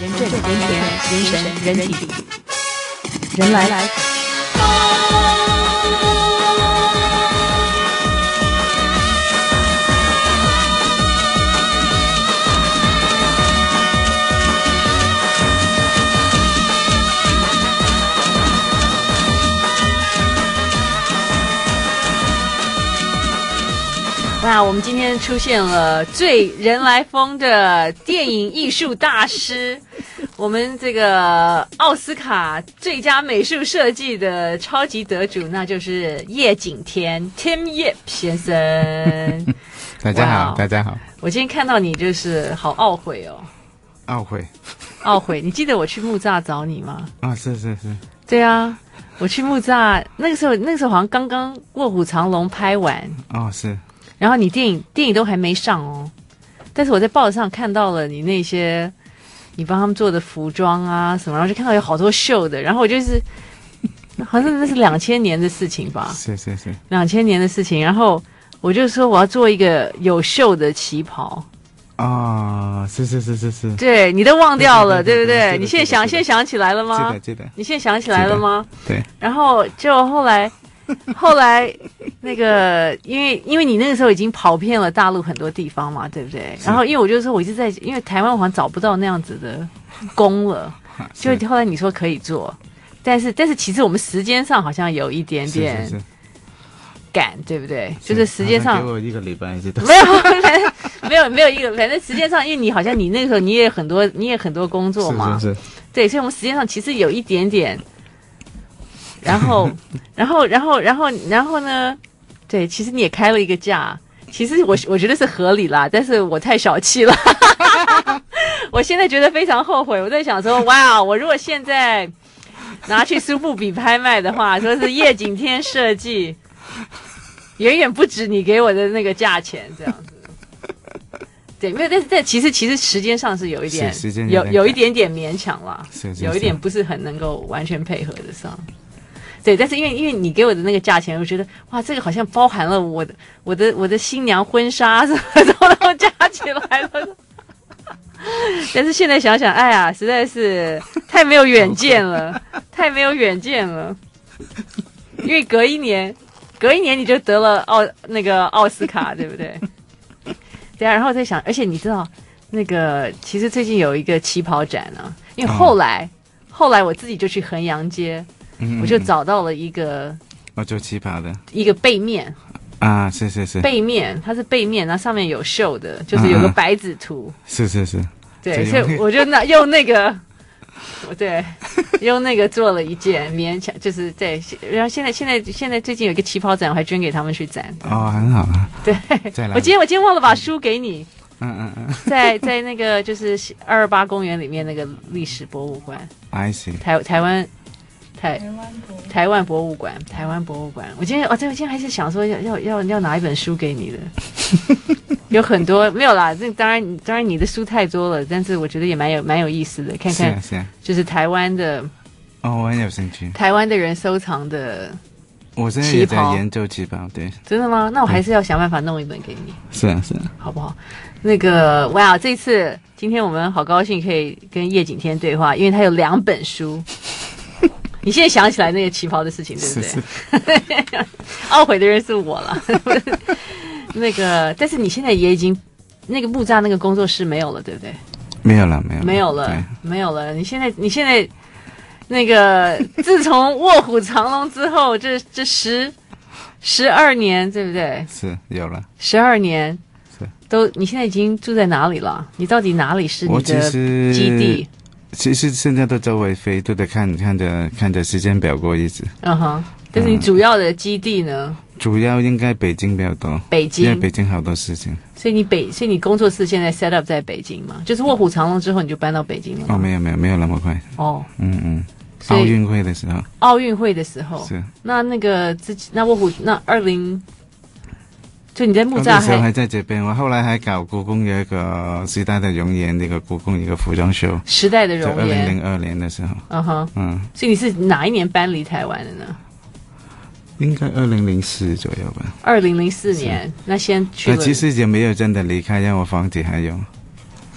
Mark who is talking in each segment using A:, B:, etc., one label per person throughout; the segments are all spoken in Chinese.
A: 人证、人权、人神、人体、人来。
B: 哇，我们今天出现了最人来疯的电影艺术大师，我们这个奥斯卡最佳美术设计的超级得主，那就是叶景天 Tim Yip 先 生。
C: 大家
B: 哇哦
C: 好，大家好，
B: 我今天看到你，就是好懊悔哦，
C: 懊悔
B: 懊悔。你记得我去木栅找你吗？
C: 啊、是是是，
B: 对啊，我去木栅，那个时候那个时候好像刚刚《卧虎藏龙》拍完，
C: 哦是，
B: 然后你电影电影都还没上哦，但是我在报纸上看到了你那些你帮他们做的服装啊什么，然后就看到有好多秀的，然后我就是好像那是两千年的事情吧，
C: 是是是，
B: 两千年的事情，然后我就说我要做一个有秀的旗袍，
C: 哦是是是是是，是
B: 对，你都忘掉了，对不
C: 对对对
B: 对？
C: 对
B: 你现在
C: 对对
B: 想
C: 对
B: 现在想起来了吗？
C: 的记得，
B: 你现在想起来了吗？
C: 对，
B: 然后就后 来，后来那个，因为因为你那个时候已经跑遍了大陆很多地方嘛，对不对？然后因为我就说，我一直在，因为台湾我好像找不到那样子的工了，
C: 啊
B: 就是后来你说可以做，但是但是其实我们时间上好像有一点
C: 是
B: 点
C: 是是，
B: 赶，对不对？就是时间
C: 好像
B: 上
C: 给我一个礼拜，知道，
B: 没有，反正没有没有一个，反正时间上，因为你好像你那个时候你也很多你也很多工作嘛，
C: 是是是，
B: 对，所以我们时间上其实有一点点，然 后，然后，然后，然后，然后呢？对，其实你也开了一个价，其实我我觉得是合理啦，但是我太小气 了，我现在觉得非常后悔。我在想说，哇，我如果现在拿去苏富比拍卖的话，说是叶景天设计，远远不止你给我的那个价钱这样子。对，没有，但是但其实其实时间上是有一点，
C: 是时间
B: 有
C: 有点
B: 有一
C: 赶
B: 点点勉强啦。
C: 是是
B: 有一点不是很能够完全配合得上。对，但是因为因为你给我的那个价钱，我觉得哇，这个好像包含了我的我的我的新娘婚纱什么什么都加起来了。 但是现在想想，哎呀，实在是太没有远见了，太没有远见了。因为隔一年，隔一年你就得了奥那个奥斯卡，对不对？对啊，然后再想，而且你知道，那个其实最近有一个旗袍展啊，因为后来、后来我自己就去衡阳街，
C: 嗯
B: 我就
C: 嗯嗯
B: 找到了一个
C: 我做旗袍的
B: 一个背面，
C: 啊，是是是，
B: 背面它是背面，然后上面有绣的，就是有个
C: 嗯嗯
B: 白纸图，
C: 是是是，
B: 对，所
C: 这有
B: 以我就那用那个，我对，用那个做了一件，勉强就是对。然后现在现在现在最近有一个旗袍展，我还捐给他们去展。
C: 哦很好啊，
B: 对，
C: 再来
B: 我今天我今天忘了把书给你，
C: 嗯嗯嗯
B: 在在那个就是二二八公园里面那个历史博物馆，
C: ，I see，
B: 台台湾台台湾博物馆，台湾博物馆。我今天我、哦、对我今天还是想说要要要要拿一本书给你的，有很多没有啦。这当然当然你的书太多了，但是我觉得也蛮有蛮有意思的，看
C: 是
B: 看
C: 啊是啊，
B: 就是台湾的
C: 哦我很有兴趣，
B: 台湾的人收藏的，
C: 我现在
B: 旗
C: 也在
B: 袍
C: 研究旗袍，对，
B: 真的吗？那我还是要想办法弄一本给你。
C: 是啊是啊，
B: 好不好？那个哇，这次今天我们好高兴可以跟叶景天对话，因为他有两本 书。你现在想起来那个旗袍的事情，对不对？
C: 是
B: 懊悔的人是我了。 那个，但是你现在也已经那个木栅那个工作室没有了，对不对？
C: 没有了没有
B: 没有了
C: 嗯对，
B: 没有了。你现在，你现在那个，自从《卧虎藏龙》之后，这这十十二年，对不对？
C: 是有了。
B: 十二年
C: 是，
B: 都你现在已经住在哪里了？你到底哪里是你
C: 我其
B: 的
C: 实
B: 基地？
C: 其实现在都周围飞，都得看看着看着时间表过日子。
B: 嗯哼，但是你主要的基地呢？
C: 主要应该北京比较多，
B: 北
C: 因为
B: 京，
C: 北京好多事情。
B: 所以你北，所以你工作室现在 set up 在北京嘛？就是《卧虎藏龙》之后你就搬到北京了
C: 哦，
B: 吗？
C: 没有没有没有那么快。
B: 哦，
C: 嗯嗯，
B: 所
C: 奥
B: 以
C: 运会的时候
B: 奥运会的时候，
C: 是，
B: 那那个自己，那卧虎那二零，就你在木
C: 那
B: 栅
C: 个时候
B: 还
C: 还在这边。我后来还搞故宫有一个时代的容颜，那个故宫一个服装秀，
B: 时代的
C: 在
B: 容
C: 二零
B: 颜，
C: 零二年的时候，
B: 嗯哼，
C: 嗯，
B: 所以你是哪一年搬离台湾的呢？
C: 应该二零零四左右吧。
B: 二零零四年，那先去
C: 那
B: 了，
C: 其实也没有真的离开，因为我房子还有。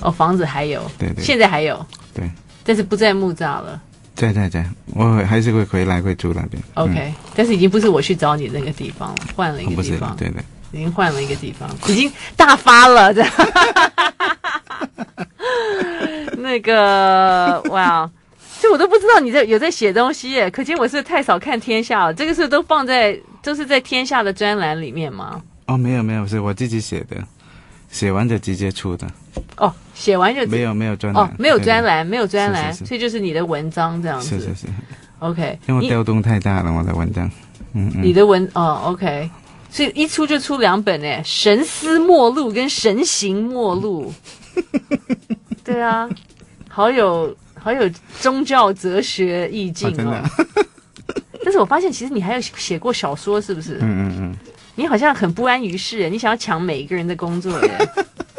B: 哦，房子还有，
C: 对对
B: 现在还有，
C: 对，
B: 但是不在木栅了。
C: 对对对，我还是会回来，会住那边。
B: OK，、但是已经不是我去找你那个地方了，换了一
C: 嗯、
B: 个
C: 不
B: 地
C: 是
B: 方，，
C: 对对。
B: 已经换了一个地方，已经大发了的。 那个哇，这我都不知道你在有在写东西耶，可见我是太少看《天下》了。这个是都放在都是在《天下》的专栏里面吗？
C: 哦，没有没有，是我自己写的，写完就直接出的，
B: 哦，写完就
C: 没有没有专栏。
B: 哦，没有
C: 对对
B: 专栏，没有专栏，
C: 是是是
B: 所以就是你的文章这样子。
C: 是是是，
B: OK，
C: 因为
B: 你
C: 调动太大了，我的文章。嗯嗯。
B: 你的文哦，OK，所以一出就出两本哎，《神思末路》跟《神行末 路》。对啊，好有好有宗教哲学意境
C: 哦真的
B: 哦
C: 啊。
B: 但是我发现，其实你还有写过小说，是不是？
C: 嗯嗯嗯，
B: 你好像很不安于世，你想要抢每一个人的工作耶。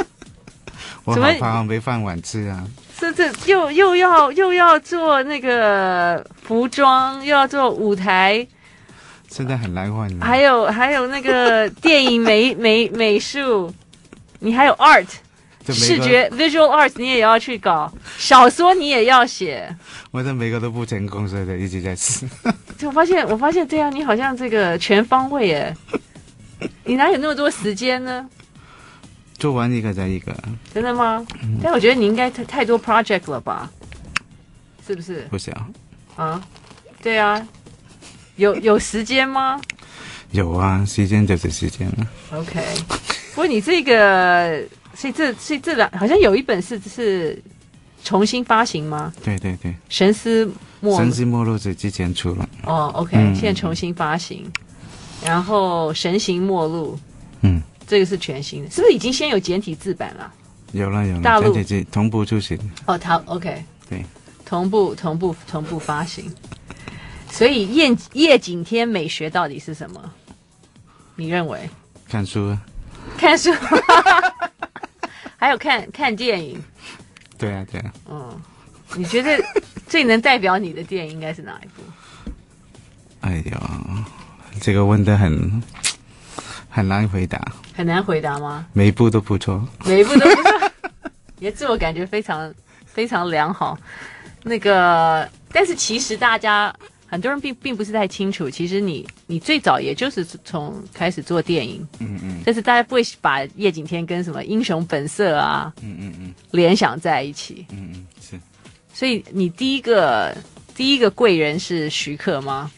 C: 我
B: 怎
C: 好
B: 么
C: 怕没饭碗吃啊！
B: 这这又又要又要做那个服装，又要做舞台，
C: 现在很难换了。啊
B: 还有还有那个电影美美美术，你还有 art
C: 这每
B: 视
C: 个
B: 觉 visual arts 你也要去搞，小说你也要写。
C: 我在美国都不成功，所以就一直在吃。
B: 我发现我发现这样你好像这个全方位耶，你哪有那么多时间呢？
C: 做完一个再一个，
B: 真的吗？但我觉得你应该太太多 project 了吧？是不是
C: 不少。
B: 啊？对啊，有有时间吗？
C: 有啊，时间就是时间啊了。
B: OK，不过你这个，所以这所以这两好像有一本是是重新发行吗？
C: 对对对，
B: 神思末
C: 神之末路是之前出了，
B: 哦，OK，、
C: 嗯
B: 现在重新发行，然后神行末路，
C: 嗯，
B: 这个是全新的，是不是已经先有简体字版了？
C: 有了有了，
B: 大陆
C: 简体字同步出行。
B: 哦，它 OK，
C: 对，
B: 同步同步同步发行，所以夜夜景天美学到底是什么？你认为？
C: 看书啊，
B: 看书， 还有看看电影。
C: 对啊对啊，
B: 嗯，你觉得最能代表你的电影应该是哪一部？
C: 哎呦，这个问的很很难回答，
B: 很难回答吗？
C: 每一部都不错。
B: 每一部都不错，你的自我感觉非常非常良好。那个，但是其实大家很多人并并不是太清楚，其实你你最早也就是从开始做电影，
C: 嗯嗯
B: 但是大家不会把叶景天跟什么英雄本色啊
C: 嗯嗯嗯
B: 联想在一起。
C: 嗯嗯，是
B: 所以你第一个第一个贵人是徐克吗？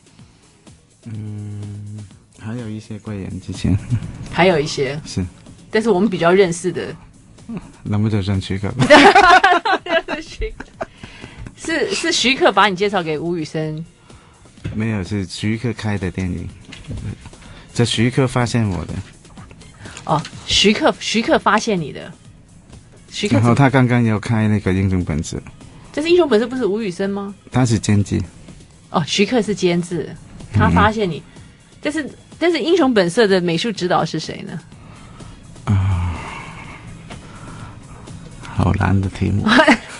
C: 嗯还有一些贵人之前
B: 还有一些，
C: 是，
B: 但是我们比较认识的
C: 那么就算许可吧。
B: 徐克是是徐克把你介绍给吴宇森，
C: 没有，是徐克开的电影，这徐克发现我的，
B: 哦，徐克徐克发现你的，徐克
C: 然后他刚刚要开那个英雄本色，
B: 这是英雄本色不是吴宇森吗？
C: 他是监制，
B: 哦，徐克是监制，他
C: 嗯
B: 发现你，但是但是英雄本色的美术指导是谁呢？
C: 好难的题目。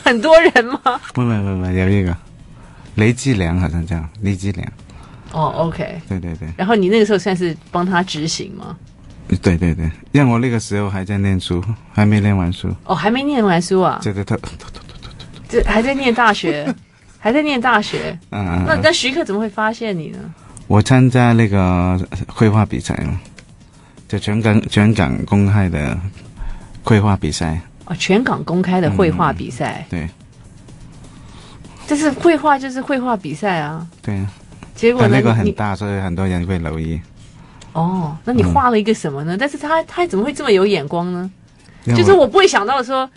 B: 很多人吗？
C: 不不不不，有一个雷志良好像叫雷志良，
B: 哦，OK，
C: 对对对
B: 然后你那个时候算是帮他执行吗？
C: 对对对，因为我那个时候还在念书，还没念完书，
B: 哦，还没念完书啊，
C: 这个他，
B: 这还在念大 学，还在念大学，
C: 嗯
B: 那
C: 嗯，
B: 那徐克怎么会发现你呢？
C: 我参加那个绘画比赛嘛，就全港全港公开的绘画比赛，
B: 哦，全港公开的绘画比赛，
C: 对嗯
B: 但是绘画就是绘画比赛啊。
C: 对啊，
B: 结果
C: 但
B: 呢，
C: 那个
B: 你
C: 很
B: 你
C: 大，所以很多人会留意。
B: 哦，那你画了一个什
C: 嗯
B: 么呢？但是他他怎么会这么有眼光呢？
C: 因为
B: 就是我不会想到说，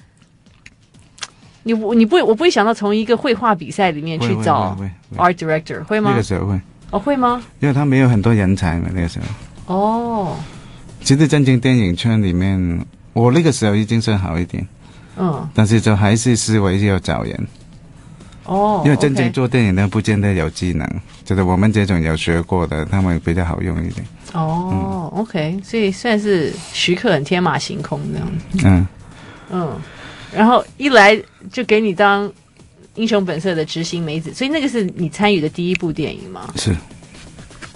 B: 你我你不会我不会想到从一个绘画比赛里面去
C: 会会
B: 找
C: 会会
B: art director 会
C: 那
B: 吗
C: 个？时候会，
B: 哦，会吗？
C: 因为他没有很多人才嘛，那个时候。
B: 哦，
C: 其实真正电影圈里面，我那个时候已经算好一点，
B: 嗯，
C: 但是就还是思维要找人，
B: 哦，
C: 因为真正
B: OK
C: 做电影的不见得有技能，就是我们这种有学过的，他们比较好用一点。嗯
B: 哦，OK，所以算是徐克很天马行空这样子，
C: 嗯，
B: 嗯，然后一来就给你当。英雄本色的执行梅子，所以那个是你参与的第一部电影吗？
C: 是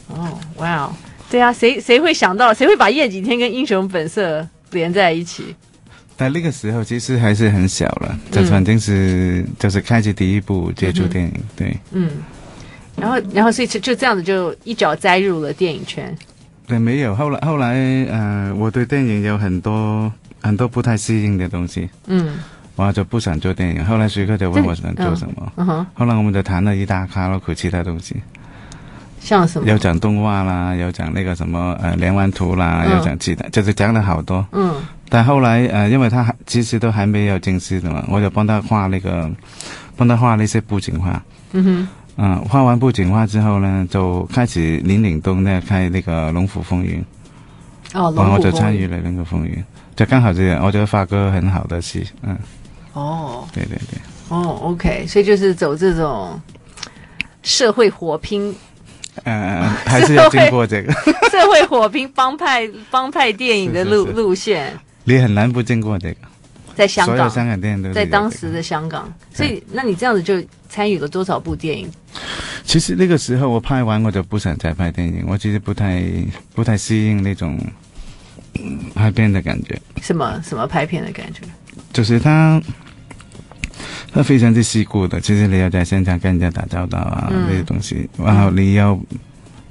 B: 哦，哇哦，对啊，谁谁会想到，谁会把叶景天跟英雄本色连在一起？
C: 但那个时候其实还是很小了，
B: 嗯
C: 就反正是、就是开始第一部接触电影，对
B: 嗯，然后然后所以就就这样子就一脚栽入了电影圈。
C: 对，没有。后来后来，呃，我对电影有很多很多不太适应的东西，
B: 嗯
C: 我就不想做电影。后来徐克就问我想做什么，
B: 嗯哼，
C: 后来我们就谈了一大咖了，可其他东西。
B: 像什么？
C: 有讲动画啦，有讲那个什么呃连环图啦，
B: 嗯
C: 有讲其他，就是讲了好多。
B: 嗯
C: 但后来呃，因为他还其实都还没有正式的嘛，我就帮他画那个，帮他画那些布景画。
B: 嗯哼
C: 嗯、画完布景画之后呢，就开始林岭东呢开那个《龙虎风云》，
B: 哦，
C: 然
B: 龙
C: 后我
B: 虎
C: 就
B: 风
C: 参与
B: 云
C: 了《龙虎风云》，就刚好这样，我觉得发哥很好的戏。嗯，
B: 哦
C: 对对对，
B: 哦，OK，所以就是走这种社会火 拼、
C: 嗯、呃，还是要经过 这个，
B: 社会火拼帮派帮派电影的
C: 是是
B: 路
C: 是
B: 路线，
C: 你很难不经过这个。
B: 在香
C: 所有
B: 港，
C: 香港电影都是
B: 在
C: 有
B: 当
C: 这个
B: 时的香港，所以那你这样子就参与了多少部电影？
C: 其实那个时候我拍完我就不想再拍电影，我其实不太不太适应那种嗯拍片的感觉，
B: 什么什么拍片的感觉？
C: 就是他他非常之世故的，其实你要在现场跟人家打交道啊、
B: 嗯
C: 那些东西，然后你要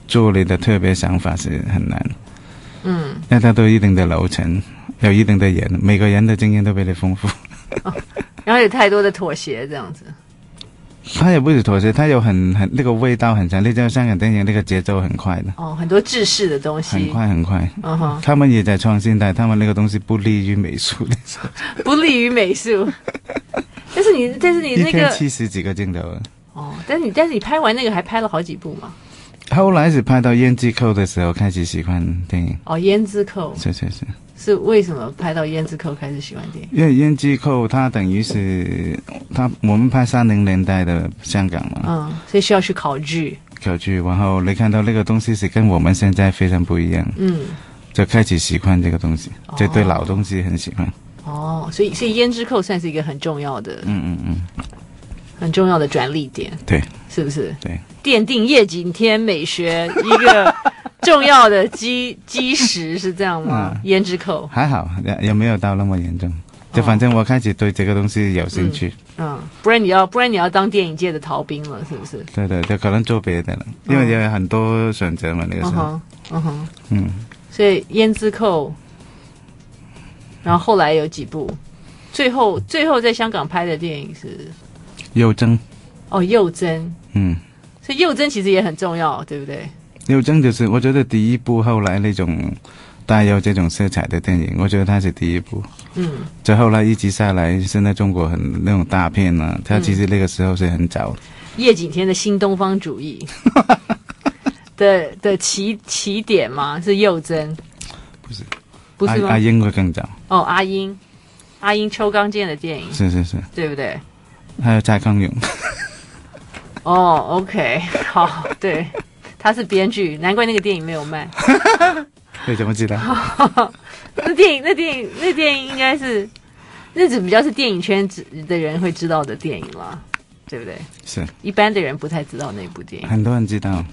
C: 做你的特别想法是很难，
B: 嗯，
C: 因为它都有一定的流程，有一定的人，每个人的经验都比你丰富。
B: 然后有太多的妥协，这样子。
C: 他也不是妥协，他有很很那个味道很强，那叫香港电影那个节奏很快的，
B: 哦，很多制式的东
C: 很
B: 西，
C: 快很快。
B: 嗯哼，
C: 他们也在创新，但他们那个东西不利于美术的。
B: 不利于美 术。但是你，但是你
C: 一
B: 那
C: 天
B: 个
C: 七十几个镜头啊。
B: 哦，但是你，但是你拍完那个还拍了好几部嘛？
C: 后来是拍到《胭脂扣》的时候，开始喜欢电影。
B: 哦，《胭脂扣》
C: 是是是，
B: 是为什么拍到《胭脂扣》开始喜欢电影？
C: 因为《胭脂扣》它等于是它我们拍三零年代的香港嘛，
B: 嗯，所以需要去考据。
C: 口剧，然后你看到那个东西是跟我们现在非常不一样，
B: 嗯，
C: 就开始喜欢这个东西，
B: 哦
C: 就对老东西很喜欢。
B: 哦，所以所以《胭脂扣》算是一个很重要的、
C: 嗯嗯嗯，
B: 很重要的转捩点，
C: 对
B: 是不是？
C: 对，
B: 奠定叶景天美学一个重要的基 基石，是这样吗？
C: 嗯
B: 胭脂扣，
C: 还好也也没有到那么严重，就
B: 哦
C: 反正我开始对这个东西有兴趣。
B: 嗯，不然你要不然你要当电影界的逃兵了，是不是？
C: 对对，就可能做别的了，因为有很多选择嘛，那
B: 嗯
C: 个时候，
B: 哼，嗯哼，
C: 嗯，
B: 所以胭脂扣，然后后来有几部，最后最后在香港拍的电影是
C: 有争，
B: 哦幼珍，
C: 嗯，
B: 所以幼珍其实也很重要，对不对？
C: 有争就是我觉得第一部后来那种带有这种色彩的电影，我觉得它是第一部。
B: 嗯，
C: 就后来一直下来，现在中国很那种大片
B: 嗯
C: 啊，它其实那个时候是很早，
B: 叶景天的新东方主义 的的起起点吗？是幼珍，
C: 不是
B: 不是吗？
C: 阿阿啊英会更早，
B: 哦，阿英，阿英邱刚健的电影，
C: 是是是，
B: 对不对？
C: 还有蔡 康永，
B: 哦，OK，好， 对，他是编剧，难怪那个电影没有卖。
C: 你怎么知道？
B: 那电影，那电影，那电影应该是，那只比较是电影圈子的人会知道的电影啦，对不对？
C: 是
B: 一般的人不太知道那部电影，
C: 很多人知道，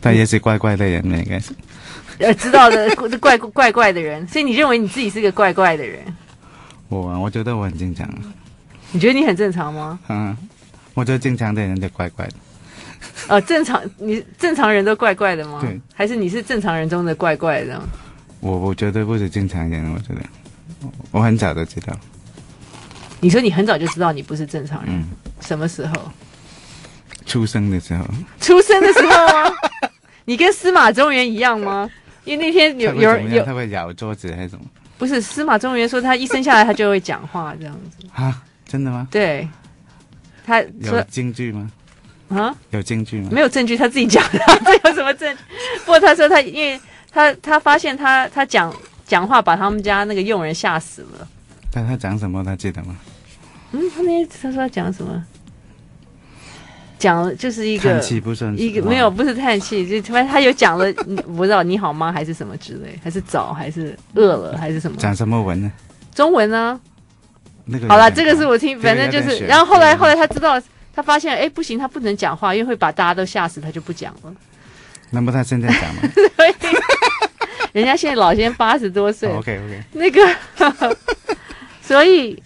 C: 但也是怪怪的人应该是。
B: 呃，知道的 怪怪怪的人，所以你认为你自己是个怪怪的人？
C: 我啊，我觉得我很经常，
B: 你觉得你很正常吗？
C: 嗯，我觉得经常的人就怪怪的。
B: 呃，正常，你正常人都怪怪的吗？
C: 对，
B: 还是你是正常人中的怪怪的？
C: 我我绝对不是正常人，我觉得，我很早就知道，
B: 你说你很早就知道你不是正常人，
C: 嗯
B: 什么时候？
C: 出生的时候，
B: 出生的时候吗？你跟司马中原一样吗？因为那天有
C: 他会
B: 有
C: 怎么
B: 人
C: 样？
B: 有
C: 他会咬桌子还是什么？
B: 不是司马中原说他一生下来他就会讲话这样子，
C: 啊，真的吗？
B: 对，他
C: 有
B: 说
C: 证据吗？
B: 啊
C: 有证据吗？
B: 没有证据，他自己讲的， 这有什么证据？不过他说他因为他他发现他他讲讲话把他们家那个佣人吓死了，
C: 但他讲什么他记得吗？
B: 嗯，他那天他说他讲什么？讲了就是一个
C: 叹气不算
B: 一个
C: 哇
B: 没有，不是叹气，就反正他有讲 了，你我不知道你好吗还是什么之类，还是早还是饿了还是什么
C: 讲什么文呢？
B: 中文呢？
C: 那个
B: 好了，
C: 了，
B: 这个是我听，反正就
C: 这个
B: 是，
C: 有点
B: 然后后来
C: 悬
B: 后来他知道，他发现哎不行，他不能讲 话，因为会把大家都吓死，他就不讲了。
C: 哦那么他现在讲吗？
B: 所以人家现在老先八十多岁，
C: OK OK，
B: 那个， 所以，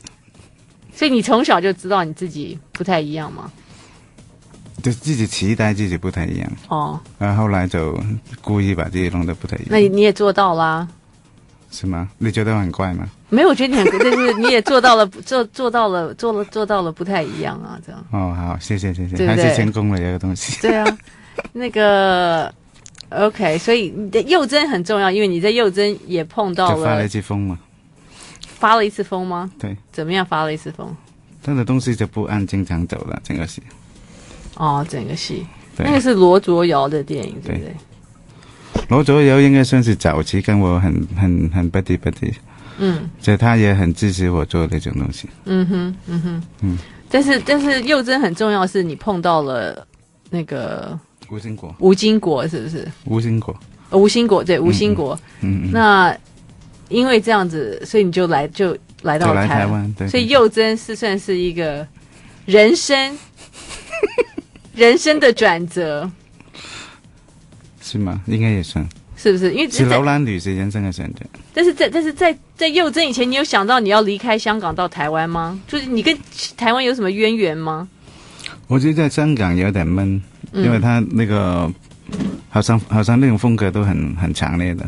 B: 所以你从小就知道你自己不太一样嘛？
C: 就自己期待自己不太一样，
B: 哦，
C: 然后后来就故意把自己弄得不太一
B: 那
C: 样，
B: 你你也做到啦。
C: 是吗？你觉得我很怪吗？
B: 没有，我觉得你很，就是你也做到了， 做做到了，做了做到了，不太一样啊，这样。
C: 哦，好，谢谢谢谢，
B: 对不
C: 还
B: 对
C: 是成功了这个东西。
B: 对啊， 那个 OK，所以你的幼真很重要，因为你在幼真也碰到
C: 就发了
B: 了
C: 一次疯嘛，
B: 发了一次疯吗？
C: 对，
B: 怎么样发了一次疯？
C: 他的东西就不按正常走了，整个是，
B: 哦，整个戏
C: 对
B: 那，个是罗卓瑶的电影，对不对？
C: 罗左右应该算是早期跟我很很很 buddy buddy，
B: 嗯
C: 就他也很支持我做那种东西。
B: 嗯哼嗯哼嗯。但是但是幼真很重要，是你碰到了那个
C: 吴兴国，
B: 吴兴国，是不是？
C: 吴兴国，
B: 呃吴兴国对吴兴国，
C: 嗯嗯，
B: 那因为这样子，所以你就来就来到
C: 就
B: 了
C: 来
B: 台
C: 台湾，对，
B: 所以幼真是算是一个人生 人生的转折，
C: 是吗？应该也算
B: 是不是？因为
C: 是
B: 在
C: 楼兰女是人生的选择。
B: 但是在但是在在幼真以前，你有想到你要离开香港到台湾吗？就是你跟台湾有什么渊源吗？
C: 我觉得在香港有点闷，
B: 嗯
C: 因为他那个好像好像那种风格都很很强烈的，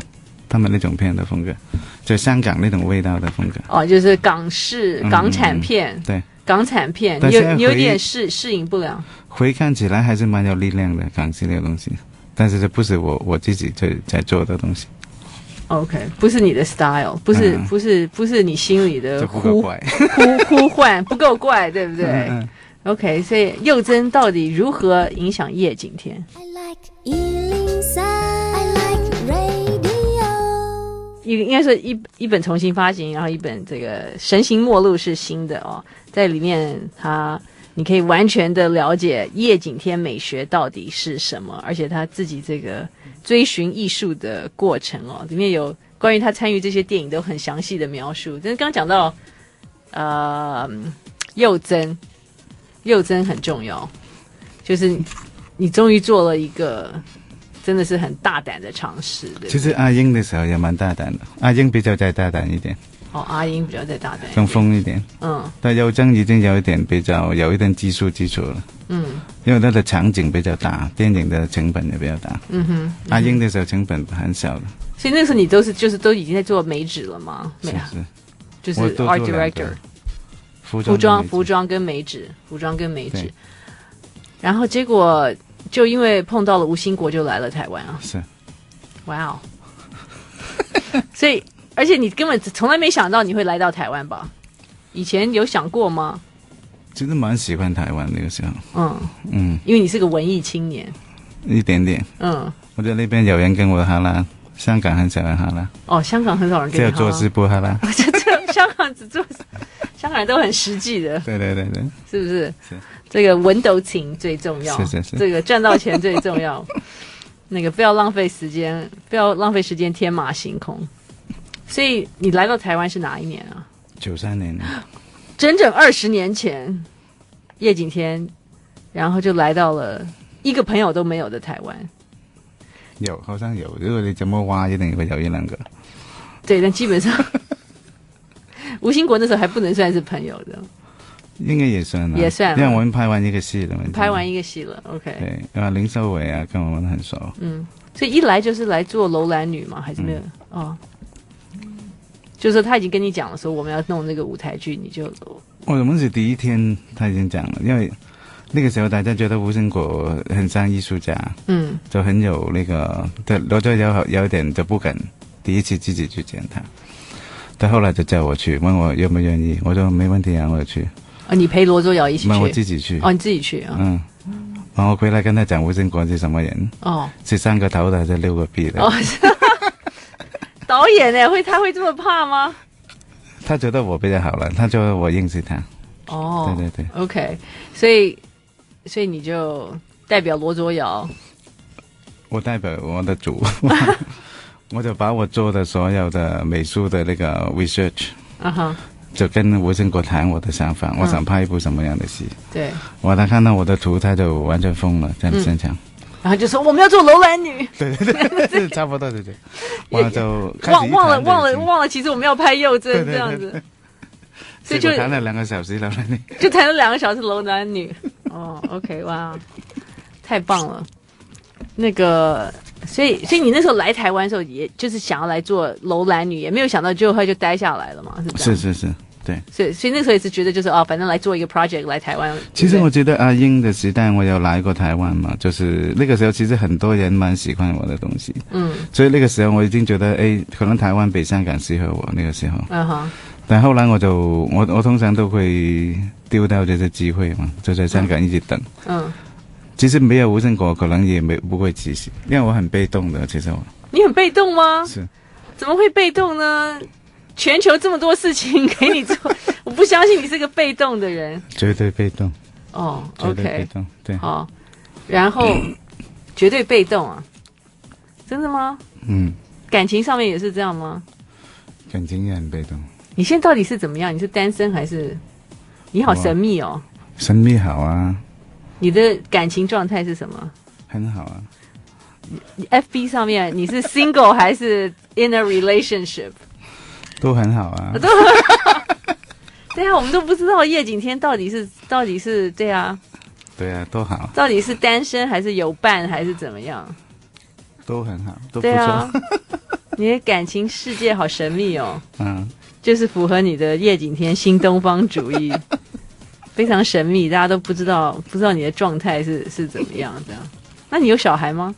C: 他们那种片的风格，就香港那种味道的风格。
B: 哦，就是港式
C: 嗯
B: 港产片，
C: 对，
B: 港产片，
C: 但
B: 你有
C: 现在
B: 你有
C: 回
B: 点适适应不了。
C: 回看起来还是蛮有力量的港式那个东西，但是这不是我我自己在在做的东西，
B: OK，不是你的 style，不是、
C: 嗯
B: 不是不是你心里的
C: 这不够
B: 呃呼
C: 怪。
B: 呼呼唤，不够怪，对不对？
C: 嗯嗯
B: OK，所以幼珍到底如何影响叶景天？
A: I like Ealing Sound. I like radio.
B: 一应该是一一本重新发行，然后一本这个《神行末路》是新的哦，在里面他你可以完全的了解叶景天美学到底是什么，而且他自己这个追寻艺术的过程哦，里面有关于他参与这些电影都很详细的描述。但是刚讲到呃幼珍，幼珍很重要，就是你终于做了一个真的是很大胆的尝试，对不对
C: 其实阿英的时候也蛮大胆的，阿英比较再大胆一点，
B: 哦，阿英比较在大胆一点，
C: 更疯一点。
B: 嗯
C: 但优真已经有一点比较有一点技术基础了，
B: 嗯
C: 因为它的场景比较大，电影的成本也比较大。
B: 嗯哼，
C: 阿英的时候成本很小的，
B: 所以那时候你都是就是都已经在做美指了吗？
C: 是
B: 美
C: 不
B: 啊，
C: 是？
B: 就
C: 我
B: 是
C: 多
B: art
C: 做两个
B: director，
C: 服装
B: 服装服
C: 装
B: 装跟美指，服装跟美指
C: 对，
B: 然后结果就因为碰到了吴兴国就来了台湾啊，
C: 是
B: 哇哦， 所以而且你根本从来没想到你会来到台湾吧？以前有想过吗？
C: 其实蛮喜欢台湾那个时候，
B: 嗯，
C: 嗯，
B: 因为你是个文艺青年，
C: 一点点。
B: 嗯，
C: 我觉得那边有人跟我哈拉，香港很少人哈拉，
B: 哦，香港很少人
C: 只
B: 跟
C: 有
B: 你好
C: 做事不哈拉。
B: 这这香港只做，香港人都很实际的，
C: 对对对对，
B: 是不是？
C: 是
B: 这个文斗情最重要，
C: 是是是
B: 这个赚到钱最重 要，那个不要浪费时间，不要浪费时间天马行空。所以你来到台湾是哪一年啊？
C: 九三年了
B: 整整二十年前，叶景天，然后就来到了一个朋友都没有的台湾。
C: 有，好像有。如果你怎么挖，一定会有一两个。
B: 对，但基本 上吴兴国那时候还不能算是朋友的，
C: 应该也算了，
B: 也算了
C: 因为我们拍完一个戏了嘛，
B: 拍完一个戏嗯了，OK。
C: 对，啊，林秀伟啊，跟我们很熟，
B: 所以一来就是来做楼兰女嘛，还是没有、
C: 嗯
B: 哦？就是说他已经跟你讲了，说我们要弄那个舞台剧，你就
C: 我们是第一天他已经讲了，因为那个时候大家觉得吴兴国很像艺术家，
B: 嗯
C: 就很有那个，对罗周有有点就不敢第一次自己去见他。但后来就叫我去，问我愿不愿意，我说没问题啊，我去，
B: 啊，你陪罗周瑶一起
C: 那我
B: 去
C: 自己去。
B: 哦，你自己去啊、
C: 嗯，然后我回来跟他讲吴兴国是什么人，
B: 哦
C: 是三个头的还是六个臂的？
B: 哦， 导演呢会他会这么怕吗？
C: 他觉得我比较好了，他觉得我认识他。
B: 哦，
C: 对对
B: o k 所以所以你就代表罗卓瑶，
C: 我代表我的 组，我就把我做的所有的美术的那个 research，
B: 啊哈，
C: 就跟吴兴国谈我的想法，我
B: 嗯
C: 想拍一部什么样的戏。
B: 对，嗯
C: 哇，他看到我的图，他就完全疯了，在现场。
B: 然后就说我们要做楼兰女，
C: 对对对，差不多对对。我就开始
B: 忘忘了
C: 一谈就
B: 忘
C: 已
B: 了
C: 经
B: 忘了，其实我们要拍幼
C: 对
B: 珍
C: 对
B: 这样
C: 对
B: 子， 所
C: 结
B: 以就
C: 果谈了两个小 时了，你
B: 就谈了两个小时楼男女。哦，OK，哇，太棒了。那个，所以所以你那时候来台湾的时候，也就是想要来做楼兰女，也没有想到最后就待下来了嘛，是不
C: 是是是，对。
B: 所以所以那时候也是觉得就是哦，反正来做一个 project 来台湾。
C: 其实
B: 对不
C: 我
B: 对
C: 觉得阿英的时代，我有来过台湾嘛，就是那个时候，其实很多人蛮喜欢我的东西，
B: 嗯
C: 所以那个时候我已经觉得，诶，可能台湾比香港适合我那个时候。
B: 嗯哼
C: 但后来我就，我我通常都会丢掉这些机会嘛，就在香港一直等。
B: 嗯，
C: 其实没有无生果，可能也没不会及时，因为我很被动的，其实我
B: 你很被动吗？
C: 是。
B: 怎么会被动呢？全球这么多事情给你 做，我不相信你是个被动的人。
C: 绝对被动，
B: 哦
C: 绝对被
B: ，OK，
C: 动，对，
B: 好，哦然后、绝对被动啊，真的吗？
C: 嗯，
B: 感情上面也是这样吗？
C: 感情也很被动。
B: 你现在到底是怎么样？你是单身还是？你好
C: 我啊
B: 神秘哦，
C: 生意好啊，
B: 你的感情状态是什么
C: 很好啊，
B: 你？FB 上面你是 single 还是 in a relationship？
C: 都很好啊。
B: 对啊，我们都不知道叶景天到底是到底是对啊，
C: 对啊，都好，
B: 到底是单身还是有伴还是怎么样？
C: 都很好，都不
B: 对啊
C: 错。，
B: 你的感情世界好神秘哦，
C: 嗯，
B: 就是符合你的叶景天新东方主义， 非常神秘，大家都不知道不知道你的状态是是怎么样的。那你有小孩吗？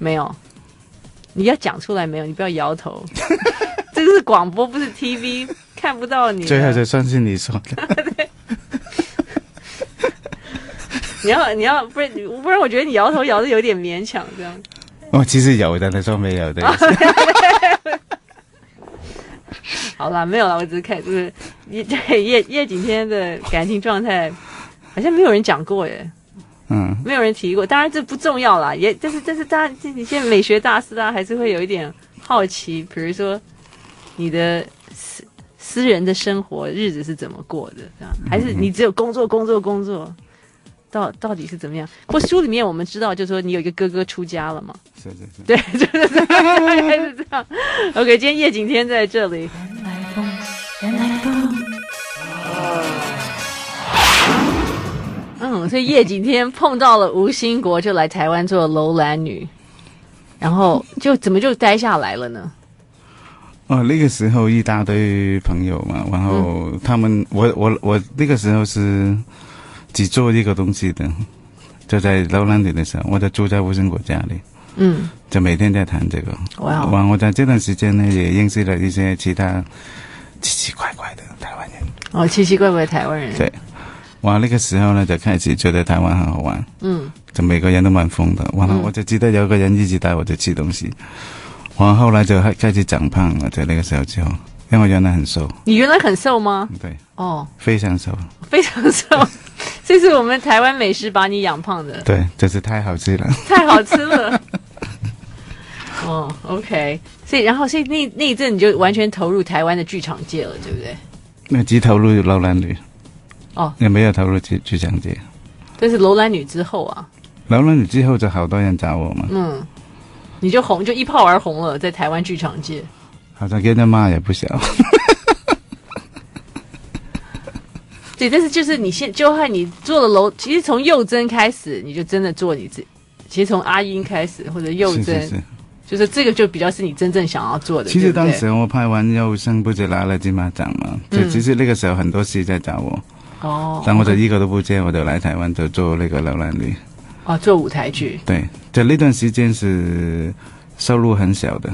B: 没有，你要讲出来没有？你不要摇头，这个是广播，不是 TV，看不到你的。
C: 最后就相信你说的，
B: 你要你要不然不然，我觉得你摇头摇的有点勉强这样。
C: 我哦其实有的，你说没有的，
B: 啊好啦，没有啦，我只是看就是 叶对叶叶景天的感情状态，好像没有人讲过耶，
C: 嗯，
B: 没有人提过。当然这不重要啦，也但是但是大家这你现在美学大师，大啊家还是会有一点好奇，比如说你的私私人的生活日子是怎么过的，这样还是你只有工作工作工作，到到底是怎么样？不过书里面我们知道，就是说你有一个哥哥出家了嘛，
C: 是是是。
B: 对，就是这样大概是这样。OK，今天叶景天在这里。
A: 人来疯，人来疯，
B: 嗯，所以叶景天碰到了吴兴国，就来台湾做楼兰女，然后就怎么就待下来了呢？
C: 哦，那个时候一大堆朋友嘛，然后他们，我我我那个时候是只做一个东西的，就在楼兰里的时候，我就住在吴生国家里，
B: 嗯，
C: 就每天在谈这个。
B: 哇哦
C: 然后我在这段时间呢，也认识了一些其他奇奇怪怪的台湾人。
B: 哦，奇奇怪怪的台湾人，
C: 对，哇，那个时候呢，就开始觉得台湾很好玩。
B: 嗯
C: 就每个人都蛮疯的。完了，我就记得有个人一直带我去吃东西，完后来就开开始长胖了，在那个时候之后，因为我原来很瘦，
B: 你原来很瘦吗？
C: 对，
B: 哦，
C: 非常瘦，
B: 非常瘦， 这是我们台湾美食把你养胖的，
C: 对，就是太好吃了。
B: 太好吃了。 哦，OK，所以然后所以那那一阵你就完全投入台湾的剧场界了，对不对？
C: 那只投入楼兰女，
B: 哦，
C: 也没有投入剧剧场界。
B: 这是楼兰女之后啊，
C: 楼兰女之后就好多人找我嘛，
B: 嗯，你就红就一炮而红了，在台湾剧场界。
C: 好像跟着骂也 不小。
B: 对，但是就是你现就和你做了楼，其实从幼珍开始，你就真的做你自，其实从阿英开始或者幼
C: 是
B: 珍，
C: 是是。
B: 就是这个就比较是你真正想要做的。
C: 其实
B: 对不
C: 当
B: 对嗯
C: 时我拍完《又生不止拿了金马奖嘛，就其实那个时候很多戏在找我，
B: 哦，
C: 但我就一个都不接，我就来台湾就做那个楼兰女。
B: 哦做舞台剧，
C: 对，在那段时间是收入很小的，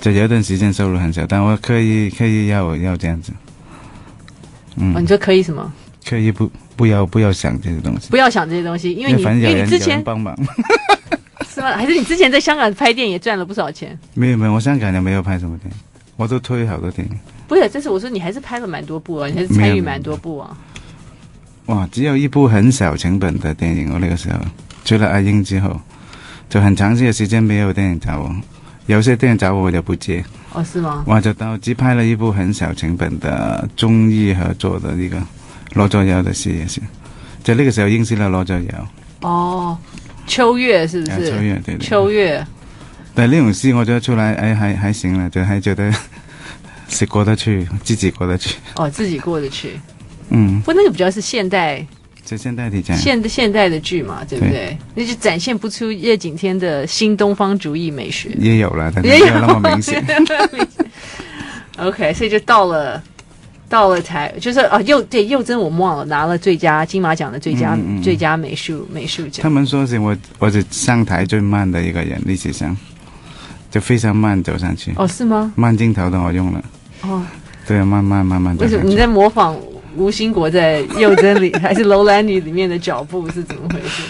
C: 就有一段时间收入很小，但我刻意刻意要要这样子，嗯
B: 哦你说可以什么？
C: 刻意不不要不要想这些东西，
B: 不要想这些东西，因为你
C: 反正有
B: 因为
C: 人
B: 你之
C: 有人
B: 前
C: 帮忙。
B: 是吗？还是你之前在香港拍电影也赚了不少钱？
C: 没有没有，我香港也没有拍什么电影，我都推好多电影，
B: 不是，这是我说你还是拍了蛮多部啊，你还是参与蛮多部啊。
C: 哇，只有一部很小成本的电影，我那个时候除了阿英之后，就很长些时间没有电影找我。有些电影找我我就不接，
B: 哦，是吗？
C: 我就到只拍了一部很小成本的中医合作的一个罗作友的戏也是，就那个时候英式的罗作友，
B: 哦，秋月是不是？
C: 啊秋月对对。
B: 秋月，
C: 但那种戏我觉得出来，哎，还还行了，就还觉得是过得去，自己过得去。
B: 哦，自己过得去。
C: 嗯，
B: 不，那个比较是现代
C: 就现代题讲，
B: 现现代的剧嘛，对不对？那就展现不出叶景天的新东方主义美学。
C: 也有了，但是
B: 也
C: 没
B: 有。
C: 有那么明 显
B: 没有那么明显 OK，所以就到了，到了台，就是啊，又对佑真我们忘了拿了最佳金马奖的最佳、
C: 嗯嗯嗯
B: 最佳美术美术
C: 他
B: 奖。
C: 们说是我我是上台最慢的一个人，历史上就非常慢走上去。
B: 哦，是吗？
C: 慢镜头都好用了，
B: 哦，
C: 对，慢慢慢慢走
B: 为什
C: 上
B: 么你
C: 去。
B: 在模仿吴兴国在佑真里还是 楼兰女里面的脚步是怎么回事？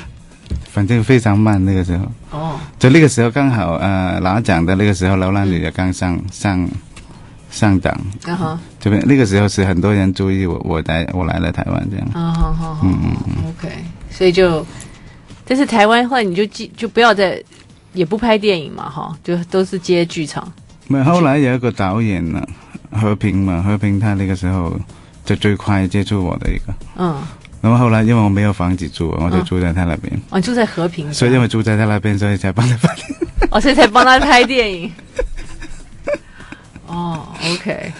C: 反正非常慢那个时候，
B: 哦，
C: 就那个时候刚好呃拿奖的那个时候，流浪女也刚上、上上档，
B: 然后，
C: 这边那个时候是很多人注意我，我来我来了台湾这样。
B: 啊，好好好，OK，所以
C: 嗯
B: 就，但是台湾后来你就记就不要再，也不拍电影嘛，哈，就都是接剧场。
C: 没有后来有一个导演呢，和平嘛，和平他那个时候就最快接触我的一个。
B: 嗯，
C: 然后后来因为我没有房子住，啊我就
B: 嗯
C: 住在他那边，
B: 哦，你住在和平，
C: 所以因为住在他那边，所以才帮他拍。
B: 哦，所以才帮他拍电影。哦，OK，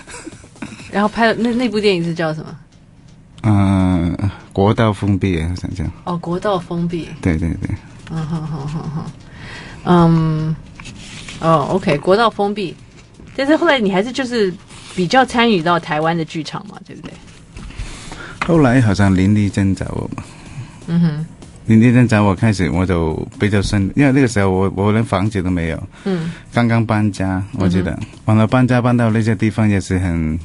B: 然后拍了那那部电影是叫什么？
C: 嗯、国道封闭，好像这样。
B: 哦，国道封闭。
C: 对对对，
B: 嗯哼哼哼哼，嗯，哦，OK，国道封闭。但是后来你还是就是比较参与到台湾的剧场嘛，对不对？
C: 后来好像林立珍找我嘛。
B: 嗯哼，
C: 林立珍找我开始，我就比较深，因为那个时候我我连房子都没有，
B: 嗯，
C: 刚刚搬家，我记得，完了搬家搬到那些地方也是很，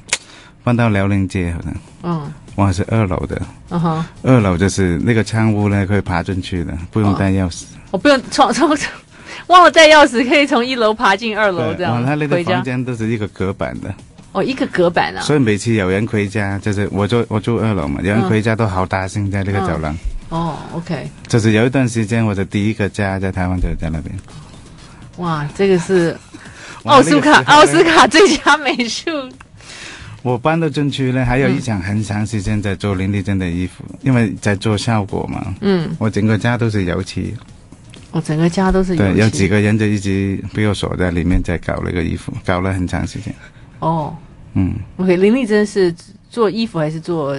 C: 搬到辽宁街好像，
B: 嗯，
C: 我还是二楼的，
B: 嗯哼，
C: 二楼就是那个仓屋呢，可以爬进去的，不用带
B: 哦
C: 钥匙。
B: 我不用从从从忘了带钥匙，可以从一楼爬进二楼这
C: 对，
B: 样
C: 完了他那
B: 回
C: 个
B: 家
C: 房。间都是一个隔板的，
B: 哦，一个隔板啊。
C: 所以每次有人回家，就是我住我住二楼嘛，有人回家都好大声在那个走廊。
B: 哦，OK，
C: 就是有一段时间，我的第一个家在台湾就是在那边。
B: 哇，这个是
C: 哇
B: 奥斯卡
C: 那个时候呢
B: 奥斯卡最佳美术。
C: 我搬到进去呢，还有一场很长时间在做林丽珍的衣服，因为在做效果嘛。
B: 嗯，
C: 我整个家都是油漆，
B: 我
C: 哦
B: 整个家都是
C: 对，
B: 油
C: 有
B: 漆
C: 几个人就一直被我锁在里面在搞那个衣服，搞了很长时间。
B: 哦。
C: 嗯，
B: OK，林丽珍是做衣服还是做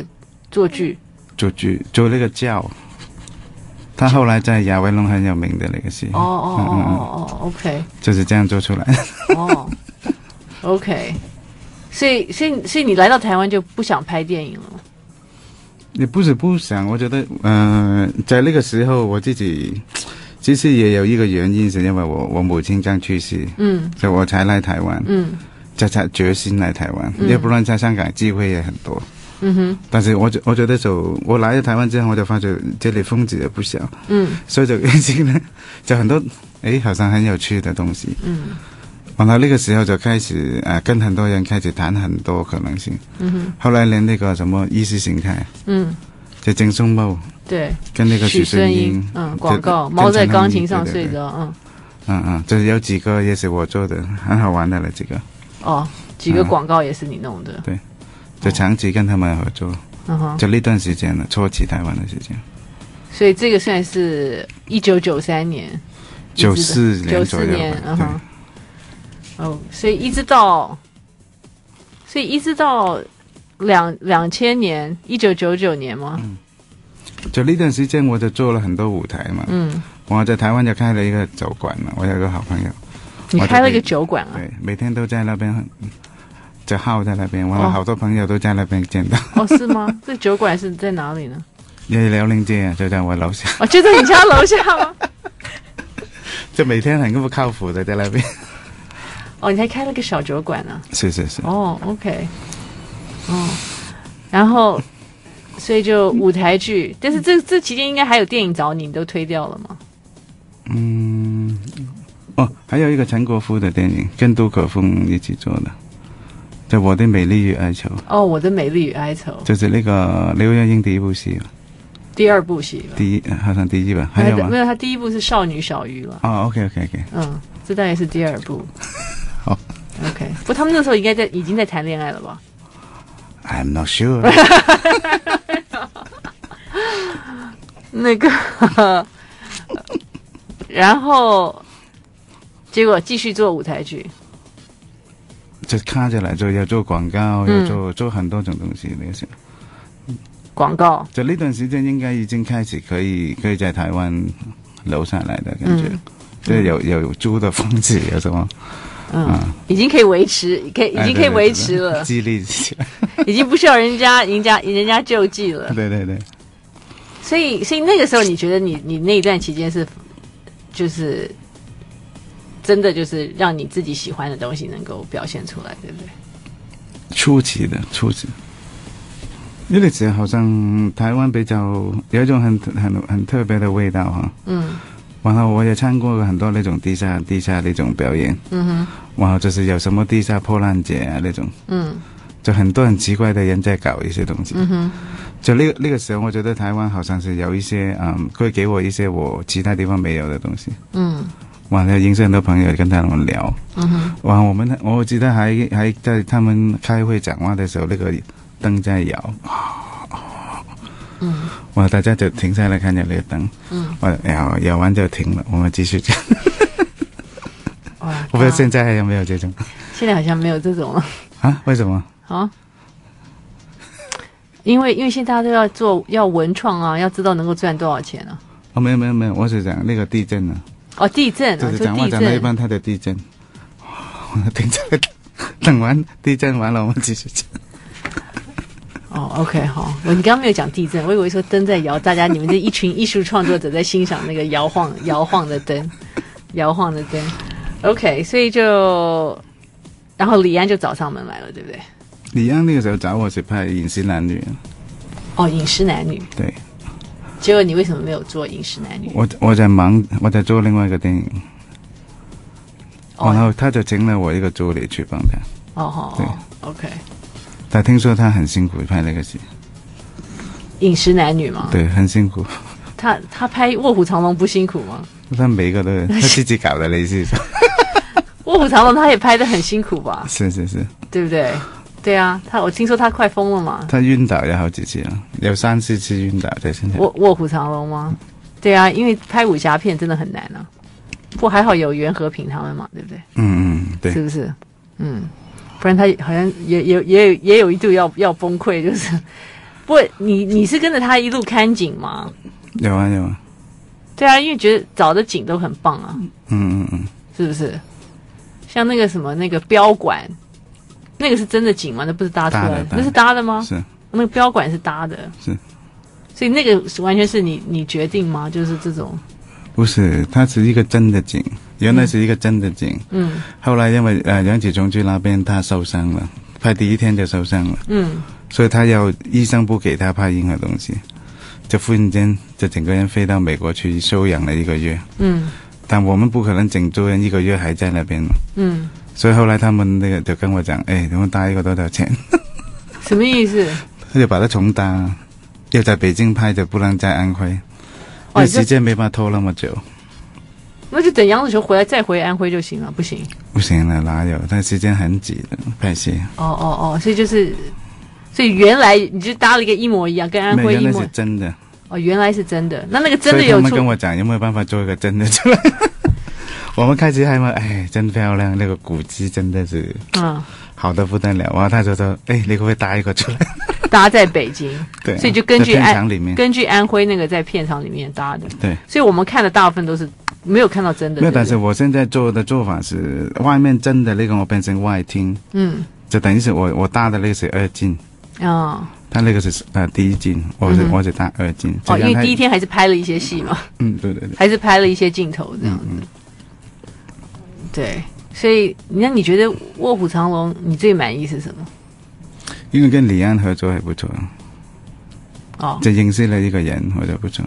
B: 做剧？
C: 做剧做那个教，他后来在亚维龙很有名的那个戏，
B: 哦哦哦
C: 嗯嗯嗯
B: 哦哦，OK，
C: 就是这样做出来。
B: 哦，OK，所以所以所以你来到台湾就不想拍电影了？
C: 也不是不想，我觉得，嗯、在那个时候我自己其实也有一个原因，是因为我我母亲刚去世，
B: 嗯
C: 所以我才来台湾，
B: 嗯
C: 才才决心来台湾，要不然在香港机会也很多。
B: 嗯哼
C: 但是我觉我觉得就我来了台湾之后，我就发觉这里风景也不小，
B: 嗯
C: 所以就已经呢， 就很多诶，好像很有趣的东西。
B: 嗯
C: 然后那个时候就开始呃，跟很多人开始谈很多可能性。
B: 嗯哼
C: 后来连那个什么意识形态，
B: 嗯，
C: 就郑松茂
B: 对，
C: 跟那个
B: 许
C: 顺
B: 英
C: 英，
B: 嗯，
C: 就
B: 广告《
C: 跟
B: 猫在
C: 陈汉
B: 钢
C: 仪
B: 琴上
C: 对
B: 睡
C: 对对
B: 着》，嗯，
C: 嗯嗯，就是有几个也是我做的，很好玩的了几个，
B: 哦，几个
C: 嗯
B: 广告也是你弄的，
C: 就长期跟他们合作，
B: 嗯哼，
C: 就那段时间了，初期台湾的时间，
B: 所以这个算是一九九三年，
C: 九四
B: 九
C: 年左
B: 四
C: 右
B: 年，嗯哼
C: 吧，，
B: 哦，所以一直到，所以一直到两两千年，一九九九年吗？
C: 嗯对，就那段时间我就做了很多舞台嘛，
B: 嗯，
C: 我在台湾就开了一个酒馆嘛，我有一个好朋友，
B: 你
C: 我就
B: 开了一
C: 可以
B: 个酒馆啊？
C: 对，每天都在那边。就耗在那边，我
B: 哦
C: 了好多朋友都在那边见到，
B: 哦，是吗？这酒馆是在哪里呢？
C: 也辽宁街啊，就在我楼下，
B: 哦，就在你家楼下吗？
C: 就每天很不靠谱的在那边。
B: 哦，你还开了个小酒馆呢、
C: 是是是，
B: 哦，OK，哦，然后，所以就舞台剧，但是这这期间应该还有电影找你，你都推掉了吗？
C: 嗯，哦，还有一个陈国富的电影，跟杜可风一起做的，叫《我的美丽与哀愁》，
B: 哦，我的美丽与哀愁
C: 就是那个刘若英第一部戏吧，
B: 第二部戏吧，
C: 第一好像第一吧，还有
B: 没
C: 吗？
B: 有，他第一部是少女小鱼了。
C: 哦，OK OK OK，
B: 嗯，这大概是第二部。
C: 好
B: OK，不，他们那时候应该在已经在谈恋爱了吧？
C: I'm not sure
B: 那个， 然后结果继续做舞台剧，
C: 就看着来做，又做广告，又
B: 嗯
C: 做做很多种东西那些。
B: 广告
C: 就呢段时间应该已经开始可以可以在台湾留下来的感觉，
B: 嗯
C: 就是有有租的房子，有什么
B: 嗯
C: 啊，
B: 已经可以维持，可以已
C: 哎
B: 经
C: 对
B: 可以
C: 对
B: 维
C: 对
B: 持了，
C: 激励自己，
B: 已经不需要人家人家人家救济了。
C: 对对对。
B: 所以，所以那个时候，你觉得你你那一段期间是，就是真的就是让你自己喜欢的东西能够表现出来，对不对？
C: 初期的初期。因为其实好像台湾比较有一种很很很特别的味道哈、
B: 嗯
C: 然后我也参过很多那种地下地下那种表演，
B: 嗯哼
C: 然后就是有什么地下破烂节啊那种，
B: 嗯
C: 就很多很奇怪的人在搞一些东西。
B: 嗯哼
C: 就那个那个时候，我觉得台湾好像是有一些嗯，会给我一些我其他地方没有的东西。
B: 嗯
C: 完了，认识很多朋友跟他们聊，
B: 嗯哼
C: 哇，我们我记得还还在他们开会讲话的时候，那个灯在摇，
B: 嗯
C: 哇，大家就停下来看着那个灯，
B: 嗯，啊
C: 哇，摇摇完就停了，我们继续讲。
B: 哇！
C: 我不知道现在还有没有这种
B: 现在好像没有这种了
C: 啊？为什么？
B: 啊。因为因为现在大家都要做要文创啊，要知道能够赚多少钱啊。
C: 哦，没有没有没有，我是讲那个地震呢、
B: 哦，地震
C: 啊，
B: 啊，
C: 就是
B: 说
C: 讲话
B: 地
C: 讲到一
B: 震，
C: 半，它的地震， 哇我停下来等，等完地震完了，我们继续讲。
B: 哦，OK，好，我你刚刚没有讲地震，我以为说灯在摇，大家你们这一群艺术创作者在欣赏那个摇晃摇晃的灯， 摇晃的灯。OK，所以就，然后李安就找上门来了，对不对？
C: 李安那个时候找我去拍《饮食男女》，
B: 哦，饮食男女，
C: 对
B: 结果你为什么没有做饮食男女？
C: 我我在忙，我在做另外一个电影，然
B: 哦，
C: 后他就请了我一个助理去帮他。
B: 哦，好、哦、，OK，
C: 但听说他很辛苦拍那个戏，
B: 饮食男女嘛，
C: 对，很辛苦。
B: 他他拍《卧虎藏龙》不辛苦吗？
C: 他每一个 都他自己搞的，你是说？
B: 《卧虎藏龙》他也拍的很辛苦 吧，
C: 是是是，
B: 对不对？对啊，他我听说他快疯了嘛，
C: 他晕倒有好几次了，有三四次晕倒在现在。
B: 卧卧虎藏龙吗？对啊，因为拍武侠片真的很难啊。不过还好有袁和平他们嘛，对不对？
C: 嗯嗯，对
B: 是。不是？嗯，不然他好像也也也有也有一度要要崩溃，就是。不过你你是跟着他一路看景吗？
C: 有啊有啊，
B: 对啊，因为觉得找的景都很棒啊，
C: 嗯嗯嗯，
B: 是不是？像那个什么那个标馆，那个是真的景吗？那不是搭出来
C: 搭的
B: 的，
C: 搭的
B: 那是搭的吗？
C: 是
B: 那个标馆是搭的，
C: 是。
B: 所以那个是完全是你你决定吗？就是这种，
C: 不是？它是一个真的景，原来是一个真的景，
B: 嗯
C: 后来因为呃杨紫琼去那边他受伤了，拍第一天就受伤了，
B: 嗯。
C: 所以他要医生不给他拍任何东西，就忽然间就整个人飞到美国去休养了一个月，
B: 嗯
C: 但我们不可能整族人一个月还在那边嘛，
B: 嗯，
C: 所以后来他们那个就跟我讲，哎，你们搭一个多少钱？
B: 什么意 思？
C: 他就把它重搭，要在北京拍就不能在安徽，因
B: 哦，
C: 为
B: 你
C: 时
B: 就
C: 间没法拖那么久。
B: 那就等杨子琼回来再回安徽就行了，不行？
C: 不行了，哪有？但时间很挤的，拍戏。
B: 哦哦哦，所以就是，所以原来你就搭了一个一模一样，跟安
C: 没
B: 徽
C: 有，
B: 一
C: 那
B: 模
C: 是真的。
B: 哦，原来是真的。那那个真
C: 所
B: 的
C: 以他
B: 有
C: 们
B: 出
C: 跟我讲，有没有办法做一个真的出来？ 我们开始还嘛，哎，真漂亮，那个古迹真的是
B: 嗯，
C: 好的不得了。然后他就说，哎，你可不可以搭一个出来？
B: 搭在北京，
C: 对啊，
B: 所以就根据
C: 在片
B: 安
C: 场里面，
B: 根据安徽那个在片场里面搭的，
C: 对。
B: 所以我们看的大部分都是没有看到真的。
C: 没有，
B: 对
C: 但
B: 不对
C: 是我现在做的做法是，外面真的那个我变成外厅，
B: 嗯
C: 就等于是我我搭的那个是二进，
B: 啊
C: 他那个是呃第一进，我是、
B: 嗯哼
C: 我只搭二进。
B: 哦，
C: 这
B: 因
C: 样
B: 为
C: 他
B: 第一天还是拍了一些戏嘛，
C: 嗯对对对，
B: 还是拍了一些镜头这样
C: 嗯
B: 子。
C: 嗯，
B: 对，所以那你觉得《卧虎藏龙》你最满意是什么？
C: 因为跟李安合作还不错，
B: 哦，
C: 就认识了一个人，我觉得不错，